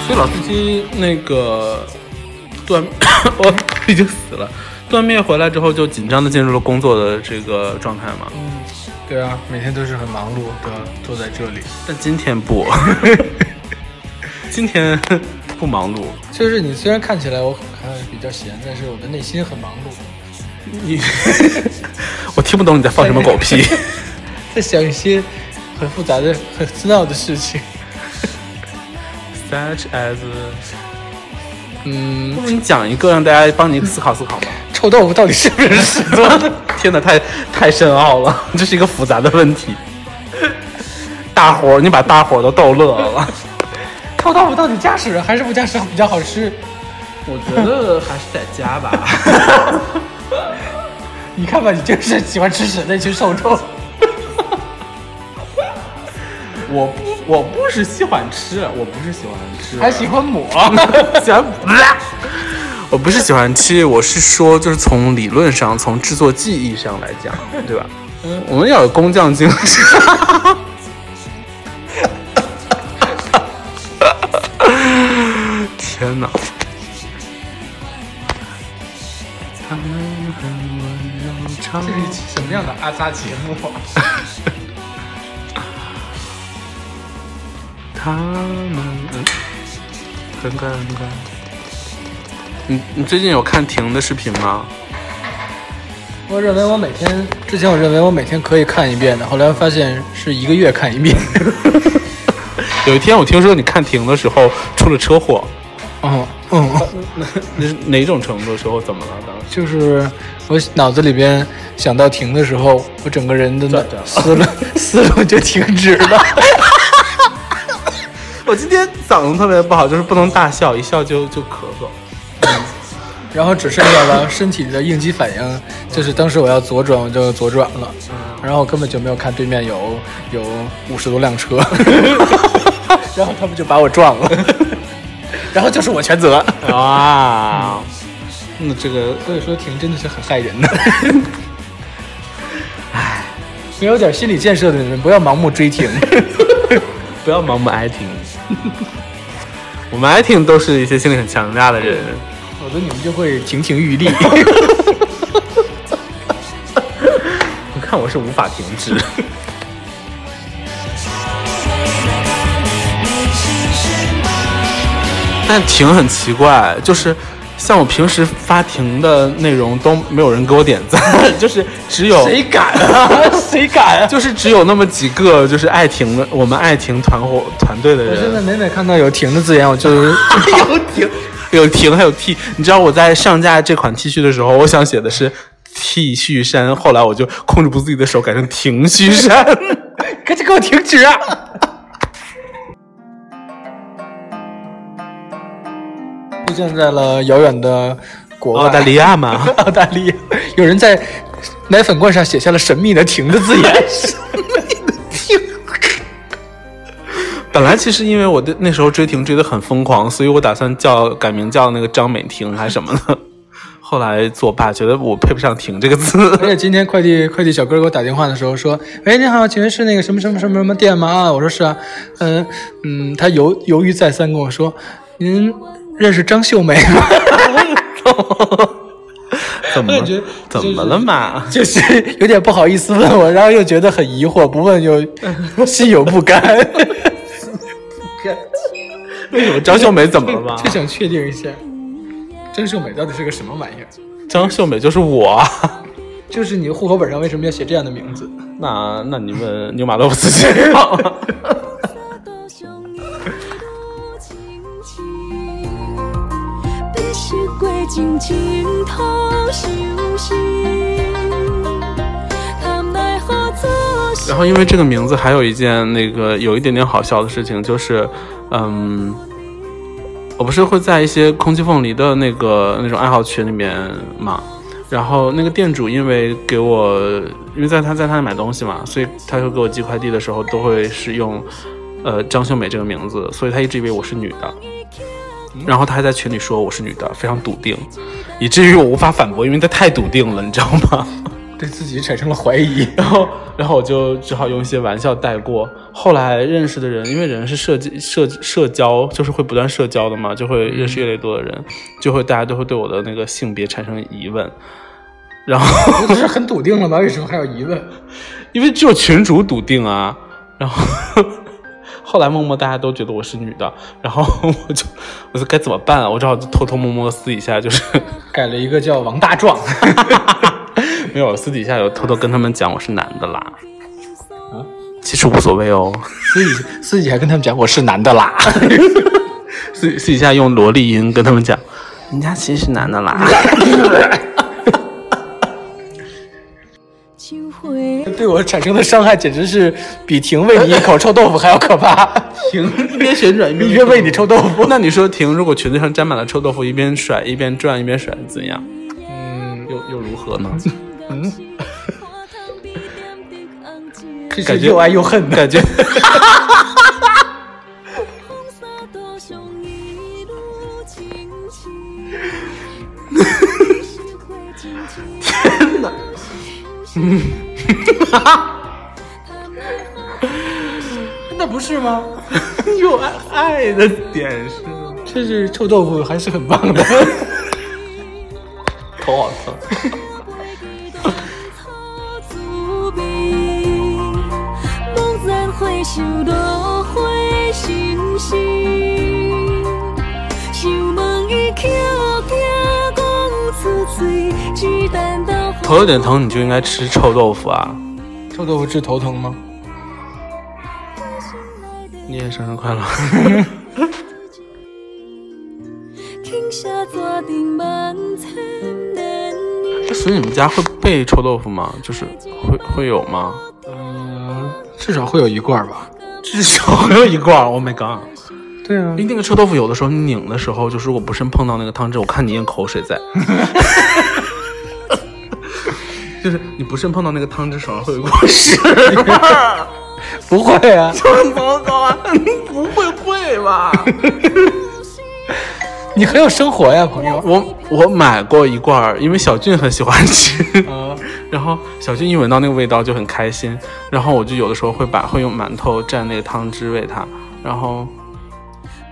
S1: 所以老司机那个断， 我已经死了。断灭回来之后，就紧张的进入了工作的这个状态嘛。
S2: 对啊，每天都是很忙碌的坐在这里。
S1: 但今天不， 今天不忙碌。
S2: 就是你虽然看起来我还比较闲，但是我的内心很忙碌。
S1: 你， 我听不懂你在放什么狗屁。
S2: 在想一些很复杂的、很深奥的事情。
S1: Such as，
S2: 嗯，
S1: 不如你讲一个，让大家帮你思考思考吧。
S2: 臭豆腐到底是不是屎做的？
S1: 天呐，太太深奥了，这是一个复杂的问题。大伙儿，你把大伙儿都逗乐了。
S2: 臭豆腐到底加水还是不加水比较好吃？
S4: 我觉得还是在家吧。
S2: 你看吧，你就是喜欢吃屎那群受众。
S4: 我不，我不是喜欢吃，我不是喜欢
S1: 啊
S4: 吃，
S2: 还喜欢抹。
S1: 喜欢， 我不是喜欢吃，我是说，就是从理论上，从制作技艺上来 讲，对吧？嗯我们要有工匠精神。 天哪！
S2: 这是一期什么样的阿扎节目啊？
S1: 他们嗯很尴尬。你你最近有看婷的视频吗？
S2: 我认为我每天之前我认为我每天可以看一遍的，后来发现是一个月看一遍。
S1: 有一天我听说你看婷的时候出了车祸，
S2: 嗯嗯，
S1: 那是哪种程度的时候怎么了？当时
S2: 就是我脑子里边想到停的时候，我整个人的
S1: 转
S2: 思路 思路就停止了。
S1: 我今天嗓子特别不好，就是不能大笑，一笑就就咳嗽。
S2: 然后只剩下了身体的应激反应，就是当时我要左转，我就左转了，然后我根本就没有看对面有有五十多辆车， 然后他们就把我撞了，然后就是我全责。
S1: 哇，啊那这个
S2: 所以说停真的是很害人的，唉，没有点心理建设的人不要盲目追停。
S1: 不要盲目挨 听。我们挨听都是一些心理很强大的人。
S2: 否则你们就会亭亭玉立。
S1: 你 看我是无法停止。 但停很奇怪，就是像我平时发停的内容都没有人给我点赞， 就是只有
S2: 谁敢啊？ 谁敢啊？
S1: 就是只有那么几个就是爱停的我们爱停团伙团队的
S2: 我现在
S1: 人
S2: 每每看到有“停”的字眼，我就
S1: 有停有停还有 T，你知道我在上架这款 T 恤的时候，我想写的是 T 恤衫，后来我就控制不住自己的手，改成停恤衫。
S2: 赶紧给我停止啊！出现在了遥远的国外，
S1: 澳大利亚嘛，
S2: 澳大利亚，有人在奶粉罐上写下了神秘的“停”的字 眼。
S1: 本来其实因为我对那时候追婷追得很疯狂，所以我打算叫改名叫那个张美婷还是什么的。 后来作罢，觉得我配不上“婷”这个字。
S2: 而且今天快递快递小哥给我打电话的时候说：“哎喂，你好，请问是那个什么什么什么什么店吗？”啊，我说是啊，嗯嗯，他犹犹豫再三跟我说：“您认识张秀梅吗
S1: 怎么
S2: 我也觉得
S1: 怎么了 嘛？”？
S2: 就是有点不好意思问我，然后又觉得很疑惑，不问又心有不甘，
S1: 为什么张秀梅怎么了嘛？
S2: 就想确定一下，张秀梅到底是个什么玩意儿？
S1: 张秀梅就是我。
S2: 就是你户口本上为什么要写这样的名字？
S1: 那那你问牛马洛夫斯 基。
S3: 的胸口轻轻，必须归尽情头休息。他们奈何作息
S1: 然。后因为这个名字，还有一件那个有一点点好笑的事情，就是，嗯，我不是会在一些空气凤梨的那个那种爱好群里面嘛，然后那个店主因为给我，因为在他在他那买东西嘛，所以他就给我寄快递的时候都会是用，呃，张秀美这个名字，所以他一直以为我是女的。然后他还在群里说我是女的，非常笃定，以至于我无法反驳，因为他太笃定了，你知道吗？
S2: 对自己产生了怀疑。
S1: 然后，然后我就只好用一些玩笑带过。后来认识的人，因为人是社交社社交，就是会不断社交的嘛，就会认识越来越多的人，就会大家都会对我的那个性别产生疑问。然后，
S2: 不是很笃定了吗？为什么还有疑问？
S1: 因为只有群主笃定啊，然后后来默默大家都觉得我是女的，然后我就我就该怎么办啊？我只好偷偷摸摸私底下就是
S2: 改了一个叫王大壮，
S1: 没有私底下有偷偷跟他们讲我是男的啦。啊，其实无所谓哦。
S2: 自己自己还跟他们讲我是男的 啦。
S1: 私私底下用萝莉音跟他们讲，人家其实是男的啦。
S2: 对我产生的伤害简直是比停喂你一口臭豆腐还要可怕。
S1: 停， 一边旋转一
S2: 一
S1: 边
S2: 边喂你臭豆 腐，
S1: 那你说停，如果裙子上沾满了臭豆腐，一边甩一边转一边甩，怎样？嗯，又又如何呢？
S2: 这是
S1: 感觉
S2: 又爱又恨的。
S1: 感觉
S3: 天哪！嗯，
S2: 那不是吗？
S1: 又爱 爱的点是
S2: 这是臭豆腐还是很棒的。
S1: 头好疼。
S3: 梦咱回想都会清醒，想问伊捡惊讲出嘴，只等到
S1: 头有点疼，你就应该吃臭豆腐啊！
S2: 臭豆腐治头疼吗？
S1: 你也生日快乐！
S3: 停下坐定满天年
S1: 那所以你们家会备臭豆腐吗？就是会会有吗？
S2: 呃至少会有一罐吧。
S1: 至少 会有一罐。Oh my god！
S2: 对啊
S1: 因为，那个臭豆腐有的时候你拧的时候，就是如果不慎碰到那个汤汁，我看你咽口水在， 就是你不慎碰到那个汤汁，手上会有一股屎味儿，
S2: 不会啊。
S1: 很糟糕啊！不会会吧？
S2: 你很有生活呀，朋友。
S1: 我我买过一罐儿，因为小俊很喜欢吃， 然后小俊一闻到那个味道就很开心，然后我就有的时候会把会用馒头蘸那个汤汁喂他，然后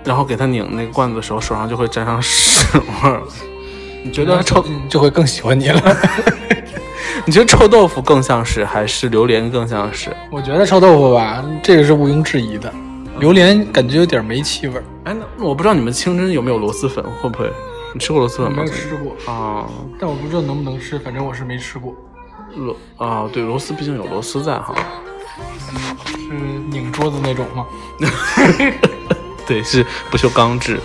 S1: 然后给他拧那个罐子的时候，手上就会沾上屎味儿。你觉得臭？
S2: 嗯就会更喜欢你了。
S1: 你觉得臭豆腐更像是，还是榴莲更像是？
S2: 我觉得臭豆腐吧，这个是毋庸置疑的。榴莲感觉有点煤气味儿，
S1: 哎，那我不知道你们清真有没有螺蛳粉，会不会？你吃过螺蛳
S2: 嗯
S1: 粉吗？
S2: 过，
S1: 啊，
S2: 但我不知道能不能吃，反正我是没吃过。
S1: 螺啊，对，螺丝毕竟有螺丝在哈。
S2: 是拧桌子那种吗？
S1: 对，是不锈钢制。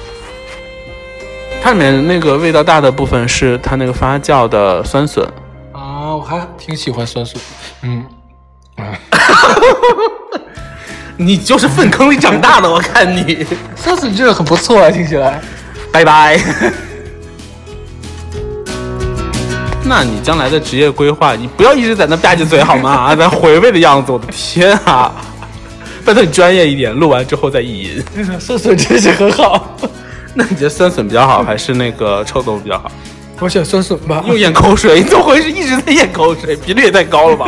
S1: 它里面那个味道大的部分是它那个发酵的酸笋，
S2: 啊，我还挺喜欢酸笋。嗯，
S1: 你就是粪坑里长大的，我看你。
S2: 酸笋这个很不错啊，听起来。
S1: 拜拜。那你将来的职业规划，你不要一直在那吧唧嘴好吗？啊，咱回味的样子，我的天啊！拜托你专业一点，录完之后再意淫。
S2: 嗯酸笋真是很好，
S1: 那你觉得酸笋比较好，还是那个臭豆腐比较好？
S2: 我选酸笋吧。
S1: 又咽口水，你怎么回事？一直在咽口水，频率也太高了吧？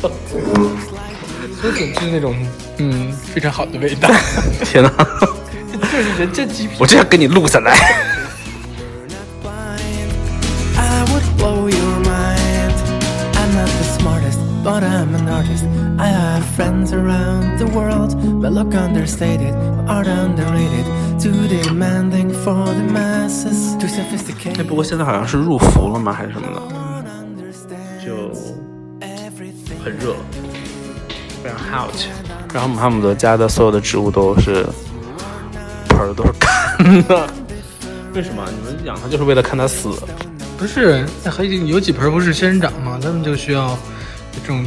S2: 酸笋就是那种嗯非常好的味道，
S1: 天哪！
S2: 就是人这鸡皮。
S1: 我真想给你录下来。
S5: blind. I would blow your mind. I'm not the smartest, but I'm an artist. I have friends around the world. My look understated, my art underrated. Too demanding for the masses. Too
S1: 哎，
S5: sophisticated.
S1: 不过现在好像是入伏了吗？还是什么的？
S5: Don't understand
S1: 就
S5: everything.
S1: 很热，非常 hot。然后姆哈姆德家的所有的植物都是盆儿都是干的，为什么？你们养它就是为了看它死？
S2: 不是，那还有几盆不是仙人掌吗？他们就需要这种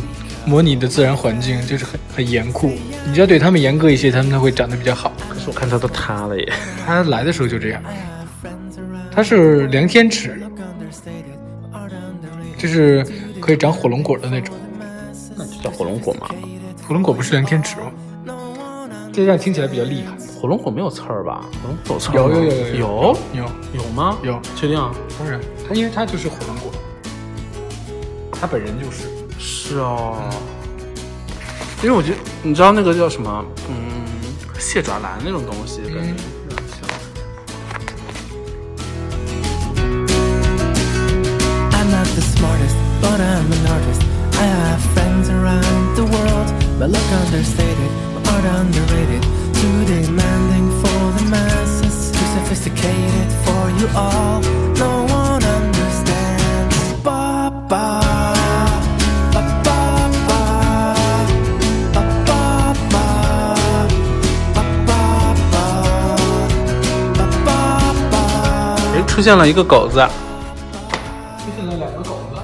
S2: 模拟的自然环境，就是很很严酷。你就要对他们严格一些，他们才会长得比较好。
S1: 可是我看它都塌了耶。
S2: 它来的时候就这样，
S5: I have friends around
S2: 它是梁天尺，
S5: look understated, my art underrated.
S2: 就是可以长火龙果的那种。
S1: 那就叫火龙果嘛。
S2: 火龙果不是梁天哦尺吗？这样听起来比较厉害。
S1: 火龙果没有刺儿吧？火龙果有刺儿吗
S2: 有有有有
S1: 有
S2: 有，
S1: 有吗？
S2: 有
S1: 确定啊？
S2: 当然，它因为它就是火龙果，它本人就是。
S1: 是哦。因为我觉得你知道那个叫什么，嗯，蟹爪兰那种东西，感
S2: 嗯
S1: 觉有点像。
S5: I'm not the smartest, but I'm an artist. I have friends around the world. My look understated, my art underrated. Too demanding for the masses, too sophisticated for you all. No one understands. Ba ba. Ba, ba, ba. Ba, ba, ba. Ba, ba, ba. Ba, ba, ba.
S1: 哎，出现了一个狗啊子，
S2: 出现了两个狗子，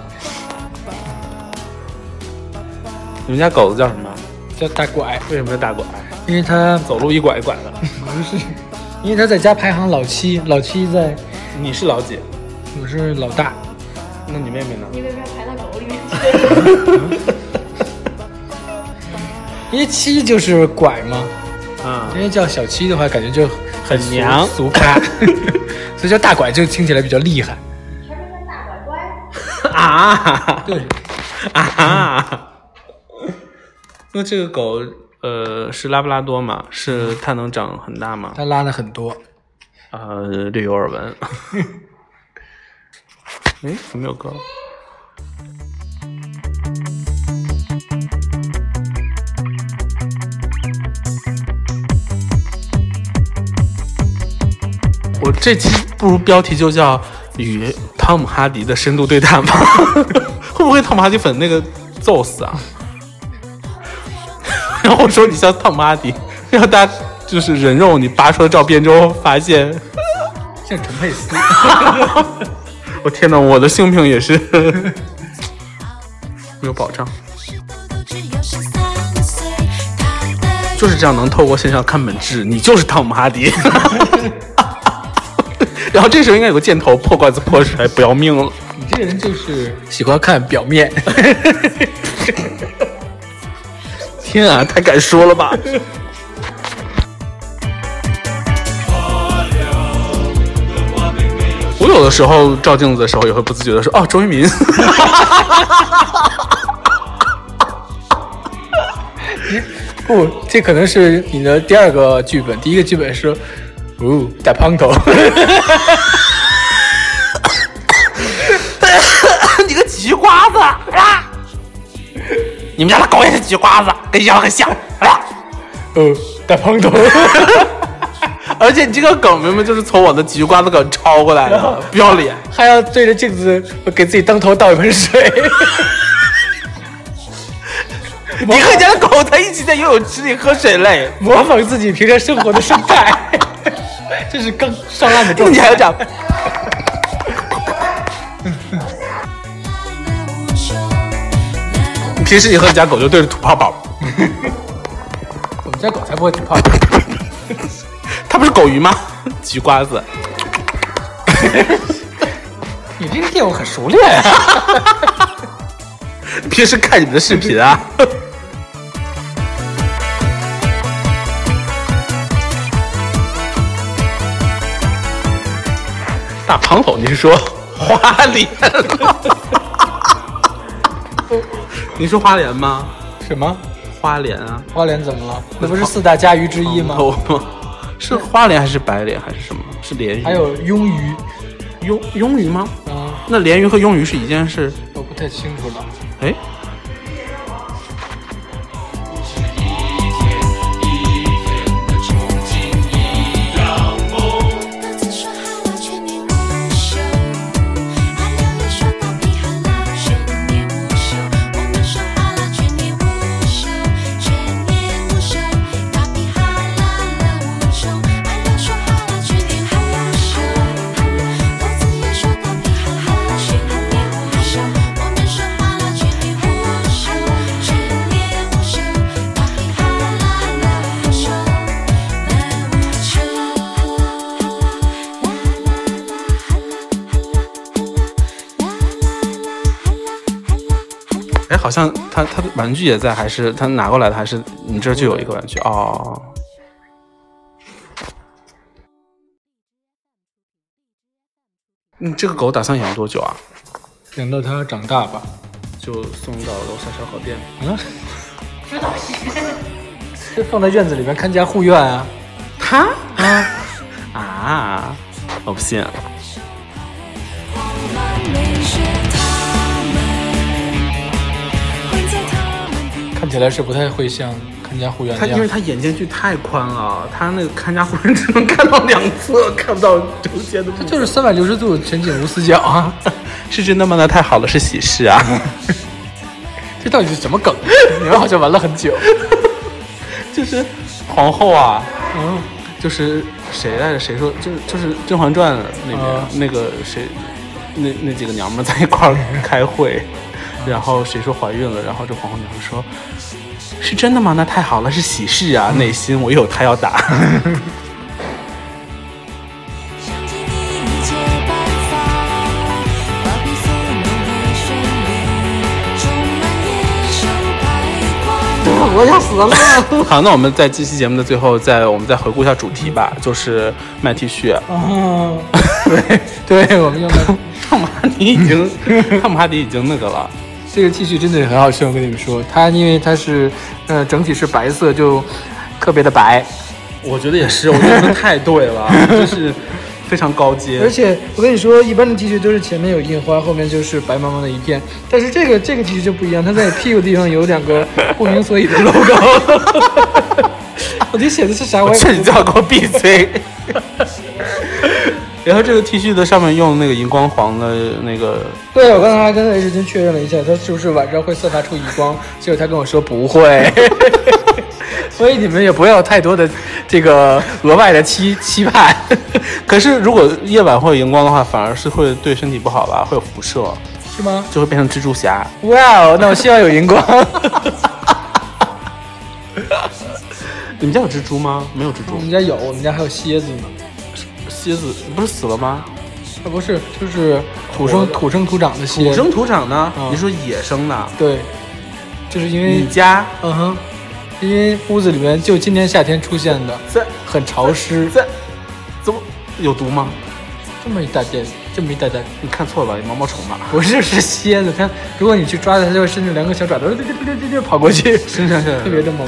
S1: 你们家狗子叫什么？
S2: 叫大拐，
S1: 为什么叫大拐？
S2: 因为它
S1: 走路一拐一拐的。
S2: 因为它在家排行老七，老七在
S1: 你是老几？
S2: 我是老大，
S1: 那你妹妹呢？
S6: 你为啥排到狗里面去？
S2: 因为七就是拐嘛，
S1: 啊
S2: 因，为叫小七的话感觉就很
S1: 很
S2: 俗
S1: 娘
S2: 俗咖， 所以叫大拐就听起来比较厉害。
S1: 啊
S2: 对，
S1: 啊！ 那这个狗，呃，是拉布拉多吗？是它能长很大吗？
S2: 它拉了很多，
S1: 呃，略有耳闻。哎，怎么有歌了？我这期不如标题就叫“与汤姆哈迪的深度对谈”吧？ 会不会汤姆哈迪粉那个揍死啊？然后我说你像汤姆哈迪，让大家就是人肉你扒出的照片之后，发现
S2: 像陈佩斯。
S1: 我天哪，我的性命也是没有保障。就是这样，能透过线上看本质，你就是汤姆哈迪。 然后这时候应该有个箭头破罐子破摔，不要命了。
S2: 你这个人就是喜欢看表面，
S1: 天啊，太敢说了吧！ 我有的时候照镜子的时候也会不自觉的说：“哦，周渝民。”
S2: 不，这可能是你的第二个剧本。第一个剧本是，哦，大胖头，
S1: 你个菊瓜子啊！你们家的狗也是菊瓜子，跟小很像啊！
S2: 哦，大胖头，
S1: 而且你这个梗明明就是从我的菊瓜子梗抄过来 的，不要脸！
S2: 还要对着镜子给自己当头倒一盆水。
S1: 你和你家的狗在一起在游泳池里喝水嘞，
S2: 模仿自己平常生活的生态， 这是更上岸的
S1: 那
S2: 状
S1: 你还
S2: 态
S1: 要。讲？ 平时你和你家狗就对着吐泡泡，
S2: 我们家狗才不会吐泡，
S1: 它不是狗鱼吗？菊瓜子，
S2: 你这个业务很熟练啊。
S1: 平时看你们的视频啊。 大胖头，你是说花莲？ 你说花莲吗？
S2: 什么？
S1: 花莲啊，
S2: 花莲怎么了？那不是四大家鱼之一吗？
S1: 我是花莲还是白莲还是什么？是鲢鱼？
S2: 还有鳙鱼
S1: 鳙鳙鱼吗？
S2: 啊，
S1: 那鲢鱼和鳙鱼是一件事？
S2: 我不太清楚了。
S1: 哎，
S3: 各自说好了，全年无休。俺俩也说到底好了，全年无休。我们说好了，全年无休，全年无休。到底好了了无休，俺俩说好了，全年无休。各自也说到底好了，全年无休。我们说好了，全年无休，全年无休。到底好了了无休，了无休。
S1: 哎，好像他他的玩具也在，还是他拿过来的，还是你这儿就有一个玩具哦。你嗯这个狗打算养多久啊？
S2: 等到它长大吧。
S1: 就送到楼下烧烤店。
S2: 啊？这 放在院子里面看家护院啊。
S1: 他啊啊！我不信，
S3: 我们没学他们，混在他们的。
S2: 看起来是不太会像看家护院
S1: 他
S2: 那
S1: 因为
S2: 样。
S1: 他眼间距太宽了，他那个看家护人只能看到两侧，看不到中间的部分。
S2: 就是三百六十度全景无死角啊！
S1: 是真的吗？那太好了，是喜事啊！
S2: 这到底是什么梗？你们好像玩了很久。
S1: 就是皇后啊，嗯，就是谁来着？谁说？就是就是《甄嬛传》里面、
S2: 啊
S1: 那个谁，那那几个娘们儿在一块儿开会，然后谁说怀孕了，然后这皇后娘娘说。是真的吗？那太好了，是喜事啊！内心我有他要打，
S3: 想尽一切办法，把皮肤弄回旋律，充满野兽派光。
S1: 我要死了。好，那我们在这期节目的最后再，我们再回顾一下主题吧，就是卖 T 恤。
S2: 啊， 对对，我们用 的
S1: 汤姆哈迪已经，汤姆哈迪已经那个了。
S2: 这个 T 恤真的很好吃，我跟你们说，它因为它是呃整体是白色，就特别的白，
S1: 我觉得也是，我觉得太对 了，就是非常高阶
S2: 而。且我跟你说，一般的 T 恤都是前面有印花，后面就是白茫茫的一片。但是这个这个 T 恤就不一样，它在屁股地方有两个不明所以的 logo。我这写的是啥？我
S1: 我
S2: 也
S1: 劝你最好给我闭嘴。 然后这个 T 恤的上面用那个荧光黄的那个，
S2: 对我刚才还跟 H 君确认了一下，他是不是晚上会散发出荧光？结果他跟我说 不会。所以你们也不要有太多的这个额外的期期盼。
S1: 可是如果夜晚会有荧光的话，反而是会对身体不好吧，会有辐射，
S2: 是吗？
S1: 就会变成蜘蛛侠。
S2: 哇哦，那我希望有荧光。
S1: 你们家有蜘蛛吗？没有蜘
S2: 我
S1: 蛛
S2: 们，家有，我们家还有蝎子呢。
S1: 蝎子不是死了吗？
S2: 啊，不是，就是土生土生土长的蝎子。
S1: 土生土长呢？
S2: 嗯
S1: 你说野生的？
S2: 对，就是因为
S1: 你家
S2: 嗯哼，因为屋子里面就今年夏天出现的，
S1: 在
S2: 很潮湿，
S1: 在怎么有毒吗？
S2: 这么一大点，这么一大点，
S1: 你看错了，有毛毛虫吧？
S2: 不是是蝎子，它如果你去抓它，它就会伸出两个小爪子，溜溜溜溜溜溜跑过去，
S1: 真是
S2: 特别的 猛。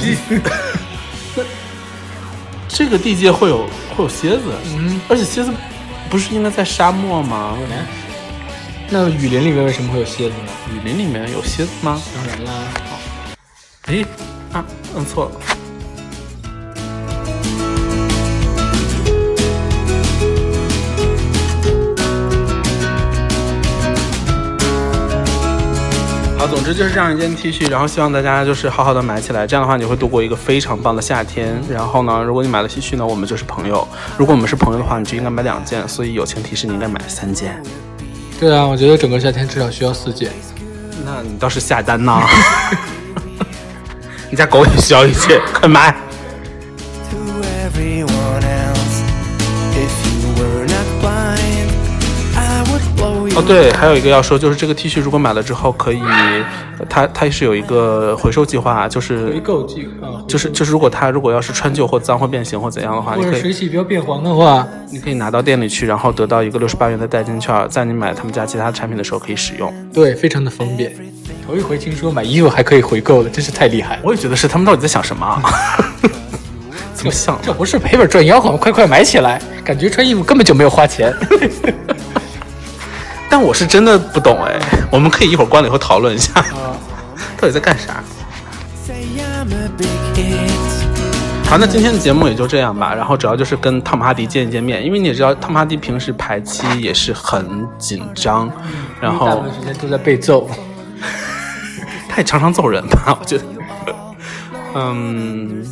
S1: 这个地界会有会有蝎子，嗯，而且蝎子不是应该在沙漠吗？
S2: 那雨林里面为什么会有蝎子呢？
S1: 雨林里面有蝎子吗？
S2: 当然啦，
S1: 哎，啊，摁错了。好，总之就是这样一件 T 恤，然后希望大家就是好好的买起来，这样的话你会度过一个非常棒的夏天。然后呢，如果你买了 T 恤呢，我们就是朋友；如果我们是朋友的话，你就应该买两件。所以友情提示，你应该买三件。
S2: 对啊，我觉得整个夏天至少需要四件。
S1: 那你倒是下单呐！ 你家狗也需要一件，快买！
S5: to everyone else. If you were not blind, I would blow you.
S1: 哦，对，还有一个要说，就是这个 T 恤如果买了之后，可以，呃它它是有一个回收计划，就是
S2: 购计啊，
S1: 就是就是，如果它如果要是穿旧或脏或变形或怎样的话，
S2: 或
S1: 你
S2: 者
S1: 可
S2: 水
S1: 以
S2: 洗标变黄的话，
S1: 你可以拿到店里去，然后得到一个六十八元的代金券，在你买他们家其他产品的时候可以使用。
S2: 对，非常的方便。头一回听说买衣服还可以回购的，真是太厉害了。
S1: 我也觉得是，他们到底在想什么啊？ 怎么想
S2: 这
S1: 的？
S2: 不是赔本赚吆喝吗？快快买起来！感觉穿衣服根本就没有花 钱。
S1: 但我是真的不懂哎，我们可以一会儿关了以后讨论一下，
S2: 呃
S1: 到底在干啥？
S5: Say I'm a big hit.
S1: 好，那今天的节目也就这样吧。然后主要就是跟汤姆哈迪见一见面，因为你也知道汤姆哈迪平时排期也是很紧张，然
S2: 嗯大
S1: 后
S2: 部分时间都在被揍。
S1: 他也常常揍人吧，我觉得。嗯，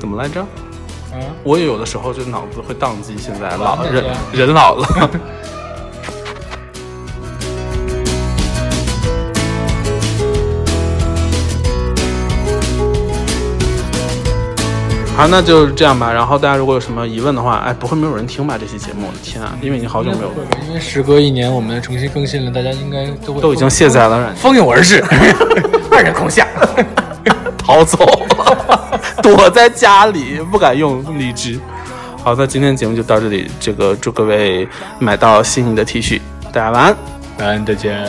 S1: 怎么来着？我也有的时候就脑子会宕机，现在老人人老了。 好，那就这样吧。然后大家如果有什么疑问的话，哎，不会没有人听吧？这期节目，我的天啊，因为已经好久没有，
S2: 因为时隔一年，我们重新更新了，大家应该都会
S1: 都已经卸载了软件。
S2: 蜂拥而 至，万人 空巷。
S1: 逃走 了，躲在家里不敢用荔枝。好，那今天节目就到这里，这个祝各位买到心仪的 T 恤，大家晚安。
S2: 晚安，再见。